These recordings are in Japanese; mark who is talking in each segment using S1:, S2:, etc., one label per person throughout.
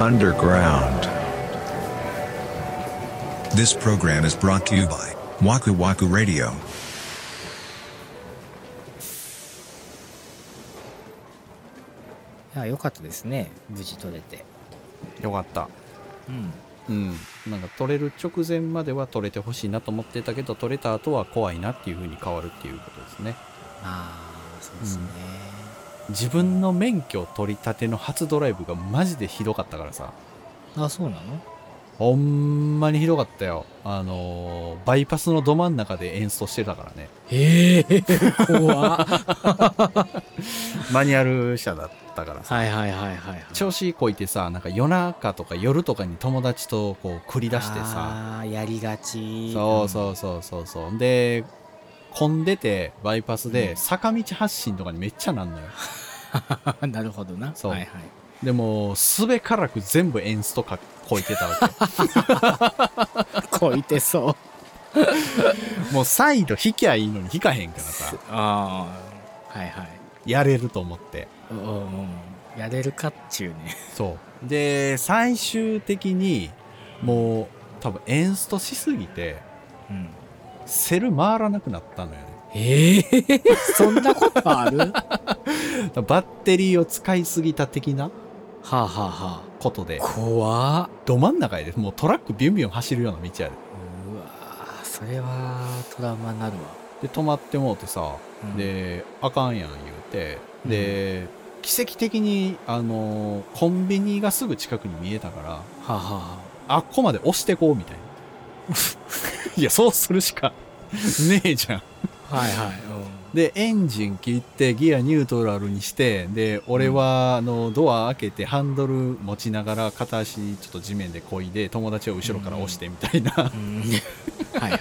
S1: Underground.
S2: This program is brought to you by Waku Waku Radio.
S3: いや良かったですね無事取れて
S4: よかった
S3: うん
S4: うんなんか取れる直前までは取れてほしいなと思ってたけど取れた後は怖いなっていう風に変わるっていうことですね
S3: ああそうですね、
S4: 自分の免許取り立ての初ドライブがマジでひどかったからさ
S3: あそうなの
S4: ほんまにひどかったよあのーバイパスのど真ん中で演奏してたからね
S3: ええ怖は
S4: マニュアル車だったから
S3: い
S4: さ
S3: はいはいはいはい
S4: 調子こいてさなんか夜中とか夜とかに友達とこう繰り出してさ
S3: あーやりがち
S4: そうそうそうそうそう。で、混んでて、バイパス
S3: う
S4: で、
S3: ん
S4: 坂道発進とかにめっちゃなんのよ。
S3: うん なるほどな
S4: そう
S3: はいはい
S4: でも、すべからく全部エンストか、こいてた わ
S3: こいてそう
S4: け。もうサイド引きゃいいのに引かへんからさ、
S3: ああはいはい
S4: やれると思って。
S3: うんうんうんやれるかっちゅうね
S4: そう。で、最終的に、もう、多分エンストしすぎて、
S3: うん
S4: セル回らなくなったのよね。
S3: ええ そんなことあるは
S4: バッテリーを使いすぎた的な
S3: あはあは
S4: ことで
S3: あ、怖っ
S4: ど真ん中やで、もうトラックビュンビュン走るような道や
S3: う
S4: で。
S3: わーそれはトラウマになるわ、
S4: で止まってもうてさ、
S3: うん
S4: であかんやん言うてで、奇跡的にあのーコンビニがすぐ近くに見えたから
S3: はあ、はあは
S4: あっこまで押してこうみたいな いやそうするしかねえじゃん
S3: あ、はいはい、うん
S4: でエンジン切ってギアニュートラルにしてで俺は、あのドア開けてハンドル持ちながら片足ちょっと地面でこいで友達を後ろから押してみたいな、
S3: はいはいはい。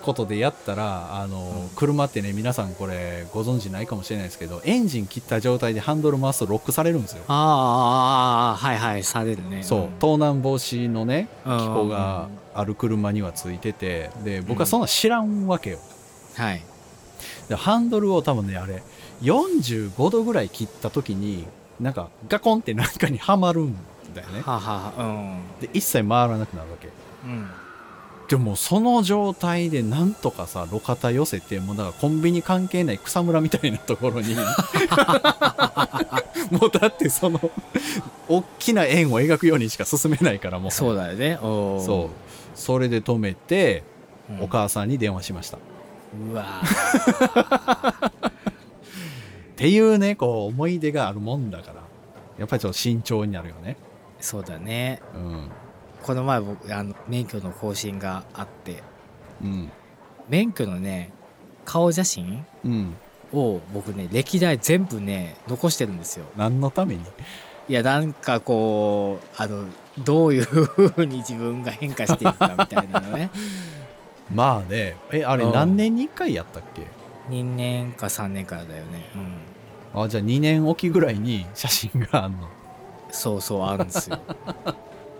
S4: ことでやったら、あの、車ってね、皆さんこれご存知ないかもしれないですけど、エンジン切った状態でハンドル回すとロックされるんですよ。
S3: ああ、はいはい、されるね。
S4: そう、盗難防止のね、
S3: 機
S4: 機構がある車にはついてて、で、僕はそんな知らんわけよ。
S3: はい。
S4: で、ハンドルを多分ね、あれ、45度ぐらい切った時に、なんか、ガコンってなんかにはまるんだよね。
S3: はあ、はあ、
S4: で、一切回らなくなるわけ。
S3: うん。うん。
S4: でもその状態でなんとかさ路肩寄せてもうだからコンビニ関係ない草むらみたいなとこ ろにもうだってその大きな円を描くようにしか進めないからもう
S3: そうだよね。おー
S4: そうそれで止めて
S3: うん。
S4: お母さんに電話しました、っ
S3: うわー
S4: ていうねこう思い出があるもんだからやっぱりちょっと慎重になるよね
S3: そうだね。
S4: うん
S3: この前僕、あの、免許の更新があって、
S4: うん
S3: 免許のね、顔写真
S4: うん
S3: を僕ね、歴代全部ね、残してるんですよ。
S4: 何のために
S3: いや、なんかこう、あの、どういう風に自分が変化していくかみたいなの ね。
S4: まあねえあれ
S3: うん
S4: 何年に1回やったっけ
S3: 2年か3年からだよね。うん。
S4: あじゃあ2年おきぐらいに写真があんの
S3: そうそうあるんです よ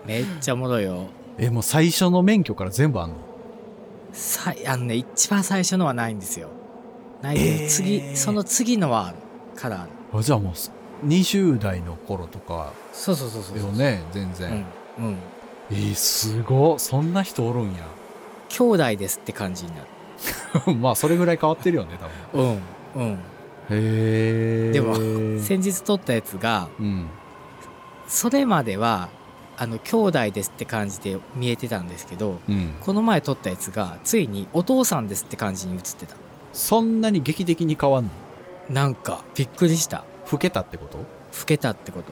S3: めっちゃおもろいよ
S4: えもう最初の免許から全部あんの
S3: さあのね一番最初のはないんですよないけど
S4: えー
S3: 次その次のはあるからある
S4: あじゃあもうす20代の頃とか
S3: そうそうそうそう
S4: よね全
S3: う
S4: 然、
S3: ん、うん、
S4: えーすごっそんな人おるんや
S3: 兄弟ですって感じになる
S4: まあそれぐらい変わってるよね多
S3: うんうん
S4: 分へえ
S3: でも
S4: う
S3: 先日撮ったやつが
S4: ん
S3: それまではあの兄弟ですって感じで見えてたんですけど
S4: うん
S3: この前撮ったやつがついにお父さんですって感じに映ってた
S4: そんなに劇的に変わんの
S3: なんかびっくりした
S4: 老けたってこと、
S3: 老けたってこと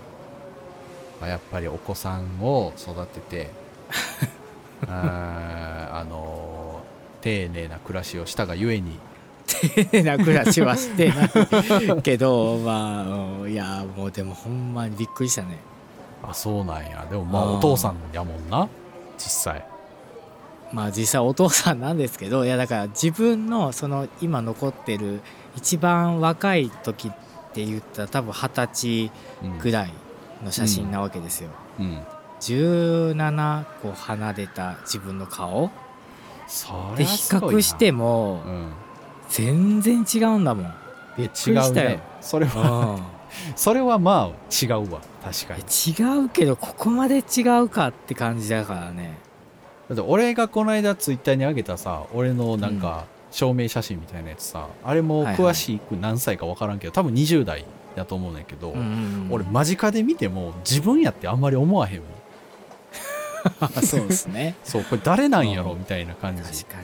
S4: まあ、やっぱりお子さんを育てて あーあのー丁寧な暮らしをしたがゆえに
S3: 丁寧 な暮らしはしてないけどまあうんいやもうでもほんまにびっくりしたね
S4: あそうなんやでもまあ
S3: あー
S4: お父さんやもんな実際
S3: まあ実際お父さんなんですけどいやだから自分のその今残ってる一番若い時って言ったら多分二十
S4: うん
S3: 歳ぐらいの写真なわけですよ、
S4: うん
S3: 17個離れた自分の顔
S4: そ
S3: で比較して
S4: も、
S3: も
S4: うん、
S3: 全然違うんだもんびっくりしたよ、
S4: ね、それ
S3: う
S4: は
S3: ん
S4: それはまあ違うわ確かに
S3: 違うけどここまで違うかって感じだからね
S4: だって俺がこの間ツイッターに上げたさ俺のなんか証明写真みたいなやつさ、あれも
S3: はいはい
S4: 詳しく何歳か分からんけど多分20代だと思うねんけど、
S3: うんうんうん
S4: 俺間近で見ても自分やってあんまり思わへんもん
S3: あそうですね
S4: そうこれ誰なんやろみたいな感
S3: 確
S4: じ
S3: かにな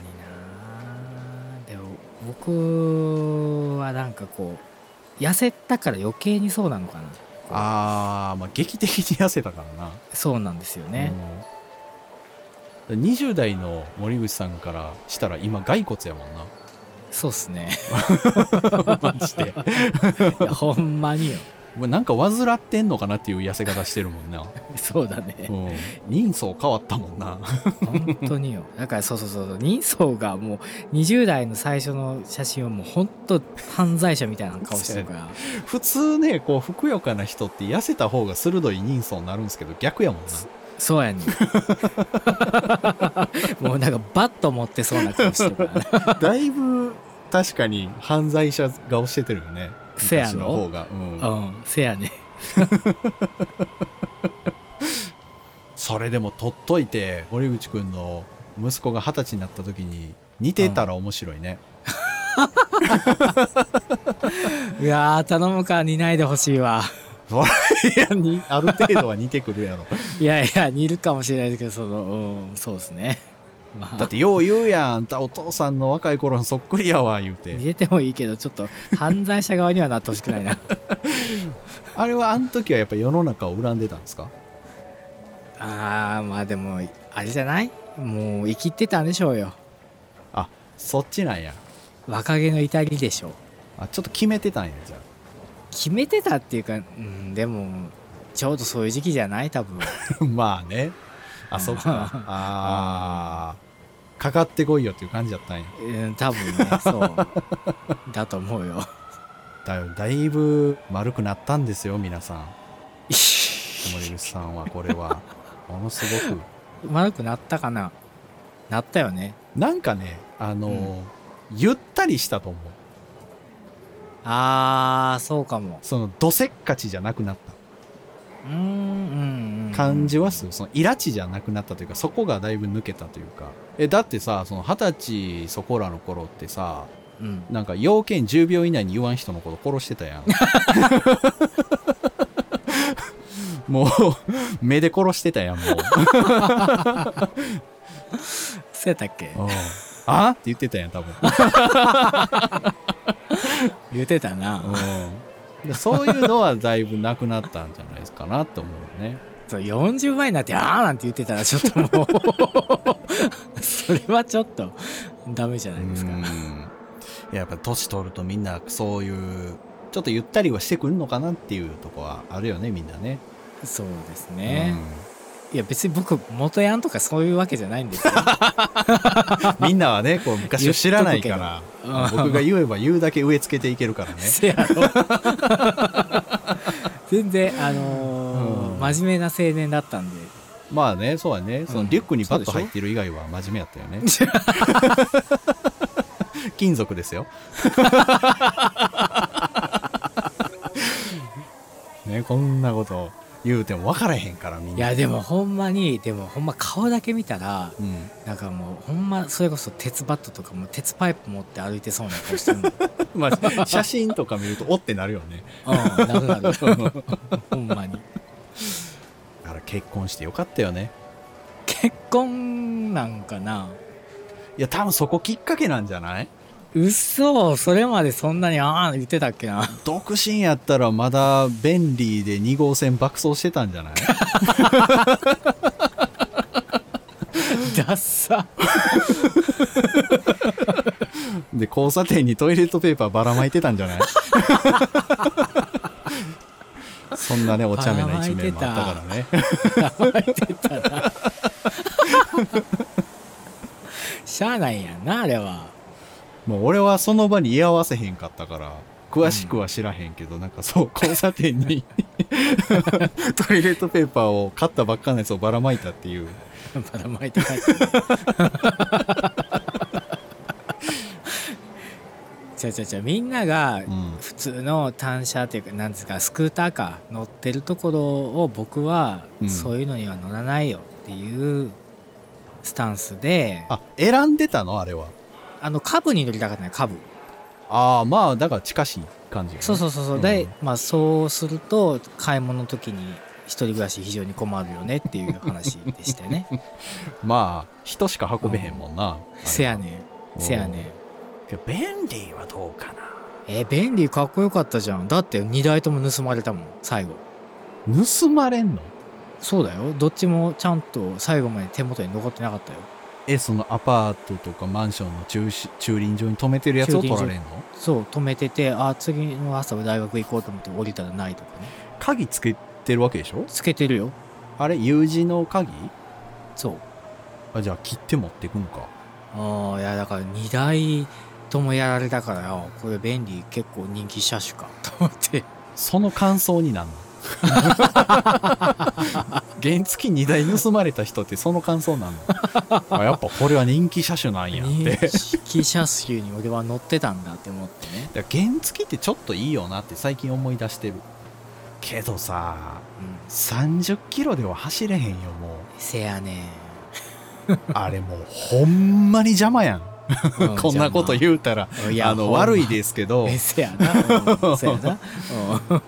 S3: でも僕はなんかこう痩せたから余計にそうなのかな
S4: あー、まあ劇的に痩せたからな
S3: そうなんですよね、
S4: うん20代の森口さんからしたら今骸骨やもん
S3: そうっすね
S4: なマジ
S3: い
S4: で
S3: やほんまによ
S4: もうなんか患ってんのかなっていう痩せ方してるもんな、
S3: そうだね
S4: うん、人相変わったもんな
S3: 本当によだからそうそうそうそう人相がもう20代の最初の写真はもう本当犯罪者みたいな顔してるから
S4: 普通ねこうふくよかな人って痩せた方が鋭い人相になるんですけど逆やもんな
S3: そうやね んもうなんかバット持ってそうな顔してるからね
S4: だいぶ確かに犯罪者顔しててるよね
S3: せやろ
S4: 昔の方が、うん
S3: うんせやね
S4: それでも取っといて森口くんの息子が二十歳になった時に似てたら面白いね、
S3: いやー頼むから似ないでほしいわ
S4: それやにある程度は似てくるやろ
S3: いやいや似るかもしれないですけどそのうんそうですねま
S4: だっ
S3: あ
S4: てよう言うやんあんたお父さんの若い頃のそっくりやわ言う
S3: 似
S4: て
S3: ててもいいけどちょっと犯罪者側にはなってほしくない な
S4: あれはあの時はやっぱ世の中を恨んでたんですか
S3: あーまあでもあれじゃないもう生きてたんでしょうよ
S4: あそっちなんや
S3: 若気の至りでしょう
S4: あちょっと決めてたんやじゃあ
S3: 決めてたっていうか、うん、でもちょうどそういう時期じゃない多分
S4: まあ ね。 あ、そっか。あーかかってこいよっていう感じだったんや。
S3: うん多分ねそうだと思う よ
S4: だだいぶ丸くなったんですよ、皆さん。森口さんは、これ は。ものすごく。
S3: 悪くなったかななったよね
S4: なんかね、あのーゆったりしたと思う。
S3: あーそうかも
S4: その、どせっかちじゃなくなっ
S3: う
S4: た
S3: ーんうんうん
S4: 感じはする。その、イラチじゃなくなったというか、そこがだいぶ抜けたというか。え、だってさ、その、二十歳そこらの頃ってさ、
S3: うん
S4: なんか、要件10秒以内に言わん人のこと殺してたやん。もう、目で殺してたやん、もう。
S3: そうやったっけ
S4: あって言ってたやん、多分。
S3: 言ってたな
S4: でそういうのはだいぶなくなったんじゃないですかなって思うよね。
S3: そう40前になってあーなんて言ってたらちょっともうそれはちょっとダメじゃないですか
S4: うんいややっぱ年取るとみんなそういう、ちょっとゆったりはしてくるのかなっていうとこはあるよね、みんなね。
S3: そうですね、
S4: うん
S3: いや別に僕元ヤンとかそういうわけじゃないんですよ
S4: みんなはね、こう昔を知らないから
S3: 言っとく、けど
S4: 僕が言えば言うだけ植え付けていける からね。
S3: せや ろ全然あのー
S4: うん
S3: 真面目な青年だったんで
S4: まあね、そうだね。その
S3: うん
S4: リュックにバット
S3: そうでしょ
S4: 入ってる以外は真面目やったよ ね。金属です よ。ね、こんなこと言うても分からへんから、みんな。
S3: いやでも、ほんまにでもほんま顔だけ見たら
S4: うん。
S3: なんかもうほんまそれこそ鉄バットとかも鉄パイプ持って歩いてそうな顔して るの
S4: まあ、写真とか見ると、おってなるよね。
S3: うんなくな るほんまに
S4: だから結婚してよかったよね。
S3: 結婚なんかない
S4: や、多分そこきっかけなんじゃない
S3: 嘘それまでそんなにああ言ってたっけな
S4: 独身やったらまだ便利で2号線爆走してたんじゃ ない
S3: ダッサ
S4: で、交差点にトイレットペーパーばらまいてたんじゃないそんなね、お茶目な一面もあったから ね。
S3: しゃあないやんなあれは
S4: もう俺はその場に居合わせへんかったから、詳しくは知らへんけど、なんかそう、交差点に トイレットペーパーを買ったばっかのやつをばらまいたっていう。
S3: ばらまいて 帰って違う違う違うみんなが
S4: うん
S3: 普通の単車っていうかなんですかスクーターか乗ってるところを僕は
S4: うん
S3: そういうのには乗らないよっていうスタンスで、
S4: あ選んでたのあれは
S3: あのカブに乗りたかったねカブ
S4: ああまあだから近しい感じがね、
S3: そうそうそうそう、
S4: うん
S3: でまあそうすると買い物の時に一人暮らし非常に困るよねっていう話でした よね
S4: まあ人しか運べへんもんな、
S3: せやねんせやねん
S4: けど便利はどうかな
S3: え便利かっこよかったじゃんだって2台とも盗まれたもん最後
S4: 盗まれんの
S3: そうだよどっちもちゃんと最後まで手元に残ってなかったよ
S4: えそのアパートとかマンションの駐車駐輪場に止めてるやつを取られんの
S3: そう止めててあ次の朝大学行こうと思って降りたらないとかね
S4: 鍵つけてるわけでしょ
S3: つけてるよ
S4: あれ U 字の鍵
S3: そう
S4: あじゃあ切って持ってくんか
S3: ああいやだから2台ともやられたからよこれ便利結構人気車種かと思って
S4: その感想になん の原付2台盗まれた人ってその感想なの あやっぱこれは人気車種なんやって
S3: 人気車種に俺は乗ってたんだって思ってね、
S4: だから原付ってちょっといいよなって最近思い出してるけどさ
S3: うん、
S4: 30キロでは走れへんよも
S3: せやね
S4: うあれもうほんまに邪魔やん
S3: ん、
S4: こんなこと
S3: う
S4: 言うたら
S3: ん
S4: あの悪い
S3: す
S4: ですけど
S3: え せやな、うんせやな、うん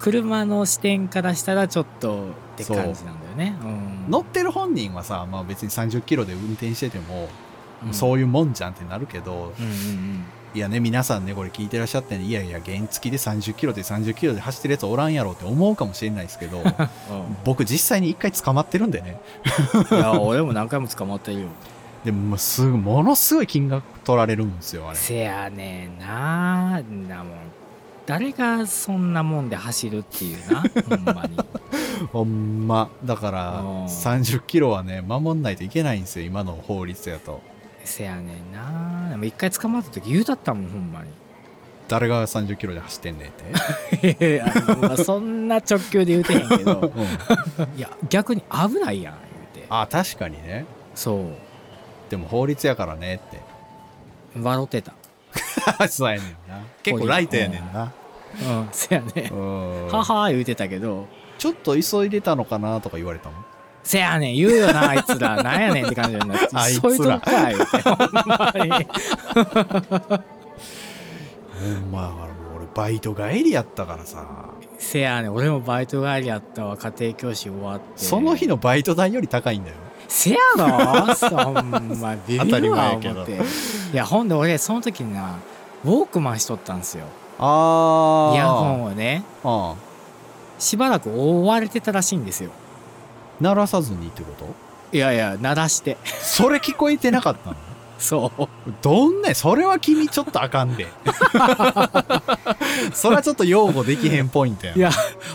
S3: 車の視点からしたらちょっとって感じなんだよね、うん、
S4: 乗ってる本人はさ、まあ、別に30キロで運転してても、
S3: うん
S4: そういうもんじゃんってなるけど
S3: うんうんうん
S4: いやね皆さんねこれ聞いてらっしゃってねいやいや原付で30キロで30キロで走ってるやつおらんやろって思うかもしれないです けど僕実際に一回捕まってるんでね
S3: いや俺も何回も捕まってるよ
S4: でももうすぐものすごい金額取られるんですよあれ
S3: せやねんななんなもん誰がそんなもんで走るっていう なほんまに
S4: ほんまだから
S3: うん
S4: 30キロはね守んないといけないんですよ今の法律やと
S3: せやねんなでも一回捕まった時言うだったもんほんまに
S4: 誰が30キロで走ってんねん って、
S3: いやまあ そんな直球で言うてへんけ ど
S4: うん
S3: いや逆に危ないやん言うて
S4: あ確かにね
S3: そう
S4: でも法律やからねって
S3: 笑ってた
S4: そうやねんな結構ライトやねんな
S3: うんせやね
S4: うん
S3: ははー言うてたけど
S4: ちょっと急いでたのかなとか言われたもん
S3: せやねん言うよなあいつらなんやねんって感じになって
S4: あいつら
S3: そういうとこか言うてほんま に
S4: ほんまだからもう俺バイト帰りやったからさ
S3: せやねん俺もバイト帰りやったわ家庭教師終わって
S4: その日のバイト代より高いんだよ
S3: せやろそんまビ
S4: 当た
S3: ビ
S4: り
S3: るわ
S4: 前や
S3: 思
S4: けど
S3: っていやほんで俺その時になウォークマンしとったんですよ
S4: あ
S3: イヤホンをね
S4: あ
S3: しばらく覆われてたらしいんですよ
S4: 鳴らさずにってこと
S3: いやいや鳴らして
S4: それ聞こえてなかったの
S3: そう
S4: どんなそれは君ちょっとあかんで それはちょっと擁護できへんポイントや
S3: いや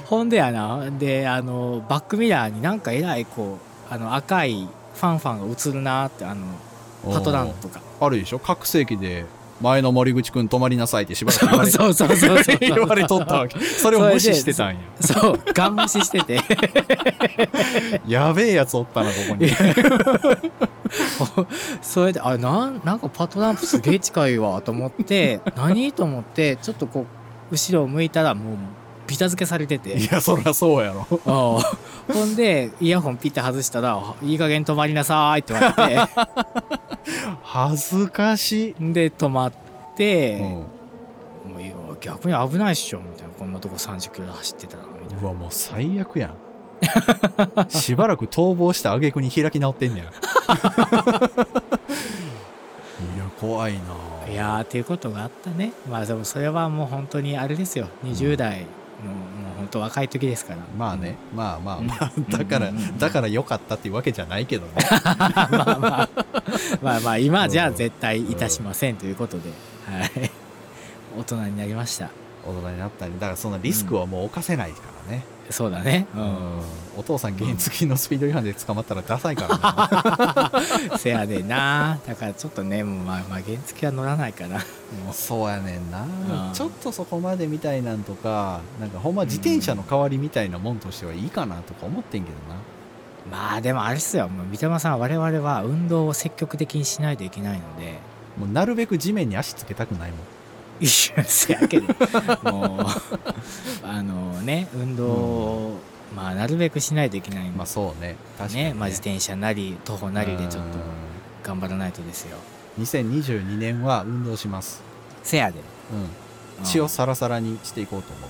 S3: ほんでやなであのバックミラーになんかえらいこうあの赤いファンファンが映るなってあのパトランとか
S4: あるでしょ拡声器で前の森口くん止まりなさいってしばらく言わ
S3: そう
S4: れ
S3: そうそうそうそう
S4: 言われとったわけそれを無視してたんや
S3: そうガン無視してて
S4: やべえやつおったなここに
S3: それであれなんなんかパトランプすげえ近いわと思って 何と思ってちょっとこう後ろを向いたらもうビタ付けされてて
S4: いやそりゃそうやろ
S3: ああほんでイヤホンピッて外したら「いい加減止まりなさい」って言われて
S4: 恥ずかしい、
S3: で止まって、
S4: うん
S3: もういや逆に危ないっしょみたいなこんなとこ30キロで走ってたらみたいうな
S4: わもう最悪 やんしばらく逃亡した挙句に開き直ってん ねやいや怖いない
S3: やーっていうことがあったねまあでもそれはもう本当にあれですよ20代の、もう本当若い時ですから
S4: まあね、まあまあまあ
S3: うん
S4: だから、
S3: うんうんうん
S4: だから良かったっていうわけじゃない けどね
S3: まあまあまあまあ今じゃ絶対いたしませんということで、はい、大人になりました
S4: 大人になったりだからそんなリスクはもう犯せないからね、
S3: そうだねう
S4: うんんお父さん原付のスピード違反で捕まったらダサいからな
S3: せやでなだからちょっとねもうまあまあ原付は乗らないから
S4: もうそうやねんな、
S3: うん
S4: ちょっとそこまでみたいなんとかなんかほんま自転車の代わりみたいなもんとしてはいいかなとか思ってんけどな、
S3: まあでもあれっすよもう三笘さん我々は運動を積極的にしないといけないので
S4: もうなるべく地面に足つけたくないもん
S3: いやせやけどもうあのね運動を、まあ、なるべくしないといけないんで
S4: まあそうね確かに
S3: ねまあ、自転車なり徒歩なりでちょっと頑張らないとですよ
S4: うん2022年は運動します、
S3: せやでう
S4: う
S3: ん
S4: ん、血をサラサラにしていこうと思う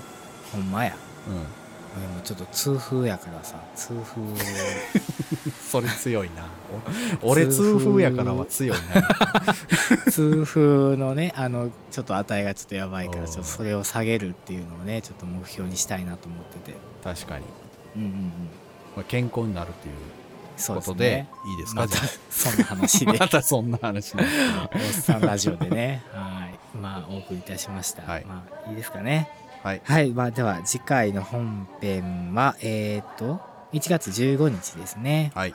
S3: ほんまや
S4: うん、
S3: 俺もちょっと痛風やからさ痛風
S4: それ強いなお俺痛風やからは強いな
S3: 痛風のねあのちょっと値がちょっとやばいから
S4: おー
S3: ちょっとそれを下げるっていうのをねちょっと目標にしたいなと思ってて
S4: 確かに、
S3: うんうんうん
S4: まあ、健康になるっていう
S3: そう
S4: こ
S3: です
S4: とで
S3: ね
S4: いいですか
S3: また
S4: じゃ
S3: そんな話
S4: あ
S3: で
S4: またそんな話ね
S3: おっさんラジオで ね、はい、まあ、お送りいたしました。
S4: はい
S3: まあ、いいですかね。
S4: はい
S3: はい、まあ、では、次回の本編は、えーっと、1月15日ですね。
S4: はい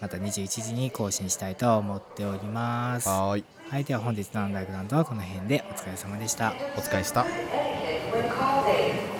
S3: また21時に更新したいと思っております。は
S4: はーい
S3: い、では、本日のアンダーグラウンドはこの辺でお疲れ様でした。
S4: お疲れした
S1: Recording.